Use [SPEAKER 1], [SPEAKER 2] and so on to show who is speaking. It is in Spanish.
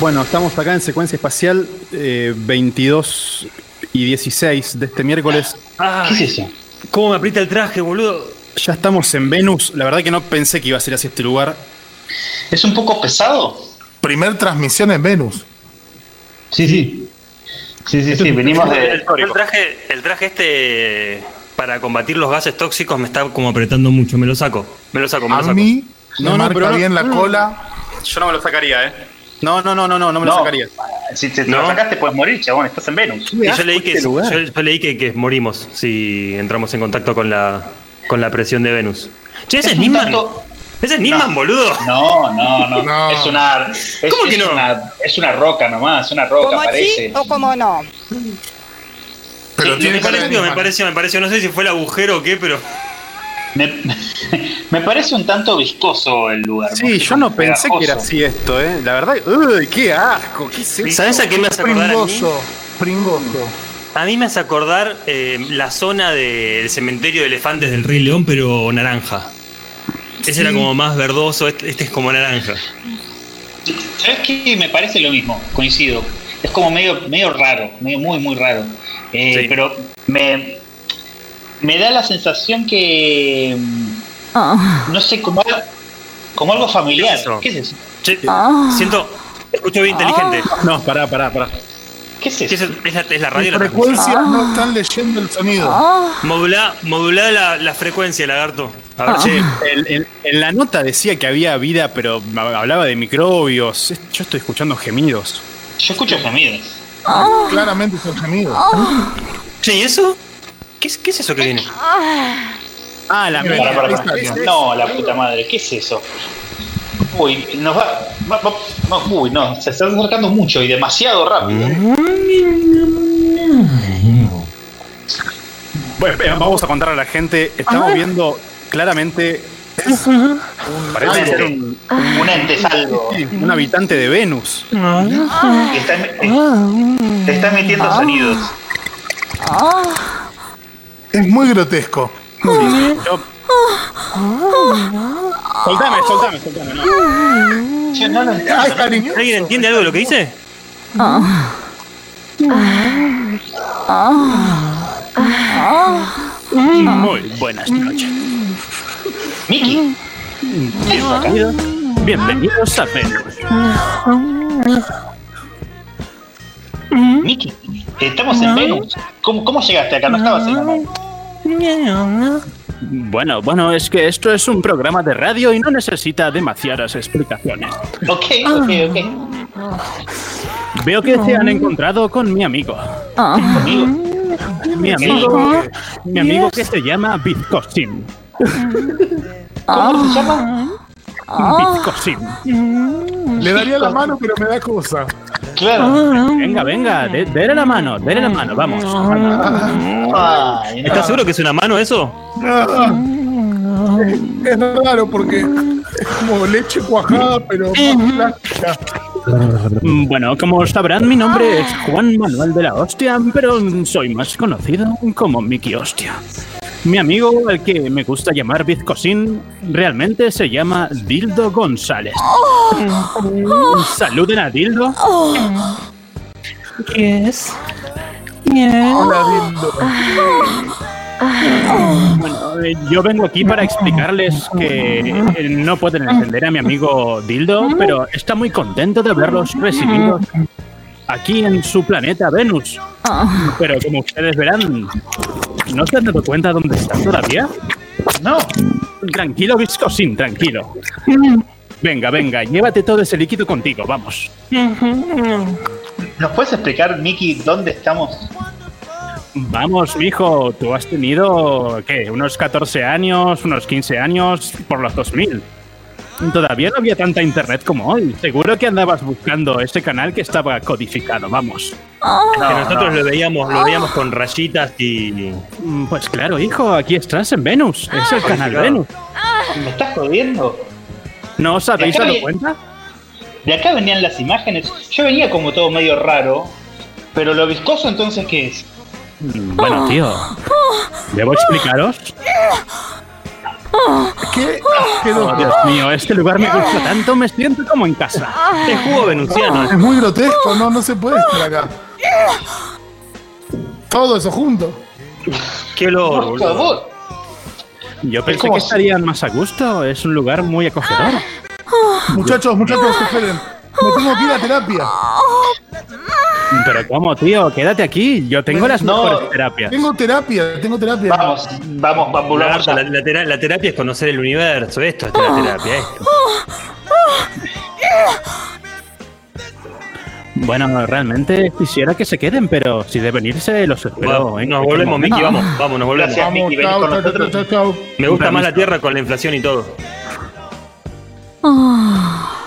[SPEAKER 1] Bueno, estamos acá en secuencia espacial eh, 22 y 16 de este miércoles.
[SPEAKER 2] Ah,
[SPEAKER 3] ¿Qué es eso?
[SPEAKER 2] ¿Cómo me aprieta el traje, boludo?
[SPEAKER 1] Ya estamos en Venus. La verdad que no pensé que iba a ser hacia este lugar.
[SPEAKER 3] ¿Es un poco pesado?
[SPEAKER 4] Primer transmisión en Venus.
[SPEAKER 3] Sí, sí. Sí, sí, sí, venimos de...
[SPEAKER 2] El, el traje, el traje este para combatir los gases tóxicos me está como apretando mucho. Me lo saco. Me lo saco, me lo
[SPEAKER 4] A
[SPEAKER 2] saco.
[SPEAKER 4] mí
[SPEAKER 1] No,
[SPEAKER 4] no,
[SPEAKER 1] no,
[SPEAKER 4] marca
[SPEAKER 1] pero no-
[SPEAKER 4] bien la
[SPEAKER 1] no.
[SPEAKER 4] cola.
[SPEAKER 1] Yo no me lo sacaría, ¿eh? No, no, no, no, no, no me lo
[SPEAKER 3] No,
[SPEAKER 1] sacaría.
[SPEAKER 3] si te, te
[SPEAKER 2] ¿No?
[SPEAKER 3] lo sacaste puedes morir, chabón, estás en Venus.
[SPEAKER 2] Y yo leí que,
[SPEAKER 1] Este lugar.
[SPEAKER 2] yo- yo leí que, que morimos si entramos en contacto con la, con la presión de Venus. Che, ese
[SPEAKER 3] Es
[SPEAKER 2] es
[SPEAKER 3] un
[SPEAKER 2] Nisman.
[SPEAKER 3] tanto-
[SPEAKER 2] Ese es Nisman, boludo.
[SPEAKER 3] No, no, no,
[SPEAKER 4] No.
[SPEAKER 3] Es una... Es,
[SPEAKER 2] ¿Cómo que
[SPEAKER 3] es
[SPEAKER 2] no?
[SPEAKER 3] Una, es una roca nomás, una roca
[SPEAKER 5] ¿Como sí
[SPEAKER 3] parece.
[SPEAKER 5] o como no?
[SPEAKER 4] Pero
[SPEAKER 2] Sí,
[SPEAKER 4] tiene
[SPEAKER 2] me
[SPEAKER 4] cara de
[SPEAKER 2] pareció, me
[SPEAKER 4] animal.
[SPEAKER 2] pareció, me pareció. No sé si fue el agujero o qué, pero.
[SPEAKER 3] Me, me parece un tanto viscoso el lugar.
[SPEAKER 1] Sí,
[SPEAKER 3] sé,
[SPEAKER 1] yo no
[SPEAKER 3] como
[SPEAKER 1] pensé que era
[SPEAKER 3] pegajoso.
[SPEAKER 1] así esto, ¿eh? La verdad, uy, qué asco, qué es eso?
[SPEAKER 2] ¿Sabes a qué me hace acordar a mí?
[SPEAKER 4] Pringoso, pringoso.
[SPEAKER 2] A mí me hace acordar eh, la zona de- del cementerio de elefantes del Rey León, pero naranja. Ese era como más verdoso, este, este es como naranja.
[SPEAKER 3] ¿Sabes qué? Me parece lo mismo, coincido. Es como medio, medio raro, medio muy, muy raro. Eh,
[SPEAKER 2] Sí.
[SPEAKER 3] Pero me, me da la sensación que. mm,
[SPEAKER 6] Ah,
[SPEAKER 3] No sé, como algo, como algo familiar.
[SPEAKER 2] ¿Qué es eso?
[SPEAKER 3] ¿Qué es eso?
[SPEAKER 2] Che,
[SPEAKER 6] Ah.
[SPEAKER 2] Siento, escucho bien inteligente.
[SPEAKER 3] Ah.
[SPEAKER 1] No, pará, pará, pará.
[SPEAKER 3] ¿Qué es
[SPEAKER 2] Sí,
[SPEAKER 3] eso?
[SPEAKER 2] Es, es la, es la radio.
[SPEAKER 4] Las
[SPEAKER 2] la
[SPEAKER 4] frecuencias no están leyendo el sonido.
[SPEAKER 6] ah,
[SPEAKER 2] transmisión. modulá modulá la, la frecuencia, lagarto. A ver,
[SPEAKER 6] Ah.
[SPEAKER 2] che,
[SPEAKER 1] El- el- en la nota decía que había vida, pero hablaba de microbios. Es- Yo estoy escuchando gemidos.
[SPEAKER 3] Yo escucho gemidos.
[SPEAKER 4] Claramente son gemidos.
[SPEAKER 2] che, ¿y eso? ¿Qué es, qué es eso que viene?
[SPEAKER 1] Ah, la
[SPEAKER 4] Mira,
[SPEAKER 3] Pará,
[SPEAKER 1] mierda.
[SPEAKER 3] pará,
[SPEAKER 4] ahí
[SPEAKER 3] pará.
[SPEAKER 4] está,
[SPEAKER 3] No, la puta madre, ¿qué es eso? Uy, nos va. va- va- va- uy, no, se está acercando mucho y demasiado rápido.
[SPEAKER 1] Bueno, eh, vamos a contar a la gente. Estamos viendo claramente. Parece
[SPEAKER 3] Algo.
[SPEAKER 1] ser un,
[SPEAKER 3] Un ente es algo.
[SPEAKER 1] sí, un habitante de Venus.
[SPEAKER 3] Te está, te está metiendo sonidos.
[SPEAKER 4] Es muy grotesco.
[SPEAKER 1] Yo- Soltame, soltame, soltame. ¿no?
[SPEAKER 3] Che, no lo entiendo.
[SPEAKER 4] Ay, cariño.
[SPEAKER 2] ¿Alguien entiende algo de lo que dice?
[SPEAKER 1] Muy buenas noches.
[SPEAKER 3] Miki,
[SPEAKER 2] mm.
[SPEAKER 1] Bienvenidos a Venus.
[SPEAKER 2] mm.
[SPEAKER 3] Miki, estamos en Venus. ¿Cómo, cómo llegaste acá? No
[SPEAKER 2] Mm.
[SPEAKER 3] estabas en la mano.
[SPEAKER 1] Bueno, bueno, es que esto es un programa de radio y no necesita demasiadas explicaciones.
[SPEAKER 3] Ok,
[SPEAKER 2] Ah.
[SPEAKER 3] ok, ok.
[SPEAKER 1] Veo que se han encontrado con mi amigo.
[SPEAKER 6] ah,
[SPEAKER 3] Conmigo.
[SPEAKER 1] Mi amigo, mi amigo que se llama Bizcosin.
[SPEAKER 3] ¿Cómo se llama?
[SPEAKER 1] Bizcosin.
[SPEAKER 4] Le daría la mano, pero me da cosa.
[SPEAKER 3] Claro.
[SPEAKER 1] Venga, venga, de- dele la mano, dele la mano, vamos.
[SPEAKER 3] Ah.
[SPEAKER 1] anda.
[SPEAKER 3] Ay, no.
[SPEAKER 2] Ah. ¿Estás seguro que es una mano eso?
[SPEAKER 4] Es raro porque es como leche cuajada, pero más plástica.
[SPEAKER 1] Mm, Bueno, como sabrán, mi nombre es Juan Manuel de la Hostia, pero soy más conocido como Mickey Hostia. Mi amigo, al que me gusta llamar Bizcosin, realmente se llama Dildo González. Mm, Saluden a Dildo.
[SPEAKER 6] yes. Yes.
[SPEAKER 4] Hola, lindo.
[SPEAKER 1] Bueno, eh, yo vengo aquí para explicarles que eh, no pueden entender a mi amigo Dildo, pero está muy contento de haberlos recibido aquí en su planeta Venus. Pero como ustedes verán, ¿no se han dado cuenta dónde están todavía?
[SPEAKER 3] No.
[SPEAKER 1] Tranquilo, Viscosin, tranquilo. Venga, venga, llévate todo ese líquido contigo, vamos.
[SPEAKER 3] ¿Nos puedes explicar, Miki, dónde estamos?
[SPEAKER 1] Vamos, mijo, tú has tenido, ¿qué? Unos 14 años, unos 15 años, por los 2000. Todavía no había tanta internet como hoy. Seguro que andabas buscando ese canal que estaba codificado, vamos.
[SPEAKER 2] que
[SPEAKER 3] No,
[SPEAKER 2] nosotros
[SPEAKER 3] no.
[SPEAKER 2] lo veíamos, lo veíamos con rayitas y.
[SPEAKER 1] Mm, Pues claro, hijo, aquí estás en Venus. Es el canal
[SPEAKER 2] claro.
[SPEAKER 1] Venus.
[SPEAKER 3] ¿Me estás jodiendo?
[SPEAKER 1] ¿No os habéis
[SPEAKER 3] Acá
[SPEAKER 1] dado
[SPEAKER 3] vi-
[SPEAKER 1] cuenta?
[SPEAKER 3] De acá venían las imágenes. Yo venía como todo medio raro. Pero lo viscoso entonces, ¿qué es?
[SPEAKER 1] Mm, Bueno, tío, debo explicaros
[SPEAKER 4] Qué
[SPEAKER 1] Oh,
[SPEAKER 4] asqueroso.
[SPEAKER 1] Dios mío, este lugar me gusta tanto, me siento como en casa.
[SPEAKER 2] Es jugo venusiano.
[SPEAKER 4] Es muy grotesco, no, no se puede estar acá. Todo eso junto.
[SPEAKER 2] Qué olor,
[SPEAKER 3] Por
[SPEAKER 2] boludo.
[SPEAKER 3] favor.
[SPEAKER 1] Yo pensé
[SPEAKER 3] como
[SPEAKER 1] que
[SPEAKER 3] si-
[SPEAKER 1] estarían más a gusto, es un lugar muy acogedor.
[SPEAKER 4] Muchachos, muchachos, esperen. Me tengo que ir a terapia.
[SPEAKER 1] Pero ¿cómo, tío? Quédate aquí, yo tengo las
[SPEAKER 3] No.
[SPEAKER 1] mejores terapias.
[SPEAKER 4] Tengo terapia, tengo terapia.
[SPEAKER 3] Vamos, vamos, vamos, volvamos
[SPEAKER 2] Lagarto,
[SPEAKER 3] a
[SPEAKER 2] La, la tera- la terapia es conocer el universo. Esto es
[SPEAKER 3] Ah.
[SPEAKER 2] la terapia, esto.
[SPEAKER 1] Bueno, realmente quisiera que se queden, pero si deben irse, los espero.
[SPEAKER 2] Va-
[SPEAKER 1] ¿eh?
[SPEAKER 2] nos volvemos,
[SPEAKER 1] Como-
[SPEAKER 2] Miki, vamos, vamos, nos volvemos.
[SPEAKER 3] Gracias.
[SPEAKER 4] Vamos,
[SPEAKER 3] Miki, venís
[SPEAKER 4] chao,
[SPEAKER 3] con
[SPEAKER 4] chao, chao,
[SPEAKER 3] nosotros.
[SPEAKER 4] chao, chao.
[SPEAKER 2] Me gusta más la tierra con la inflación y todo.
[SPEAKER 6] Ah.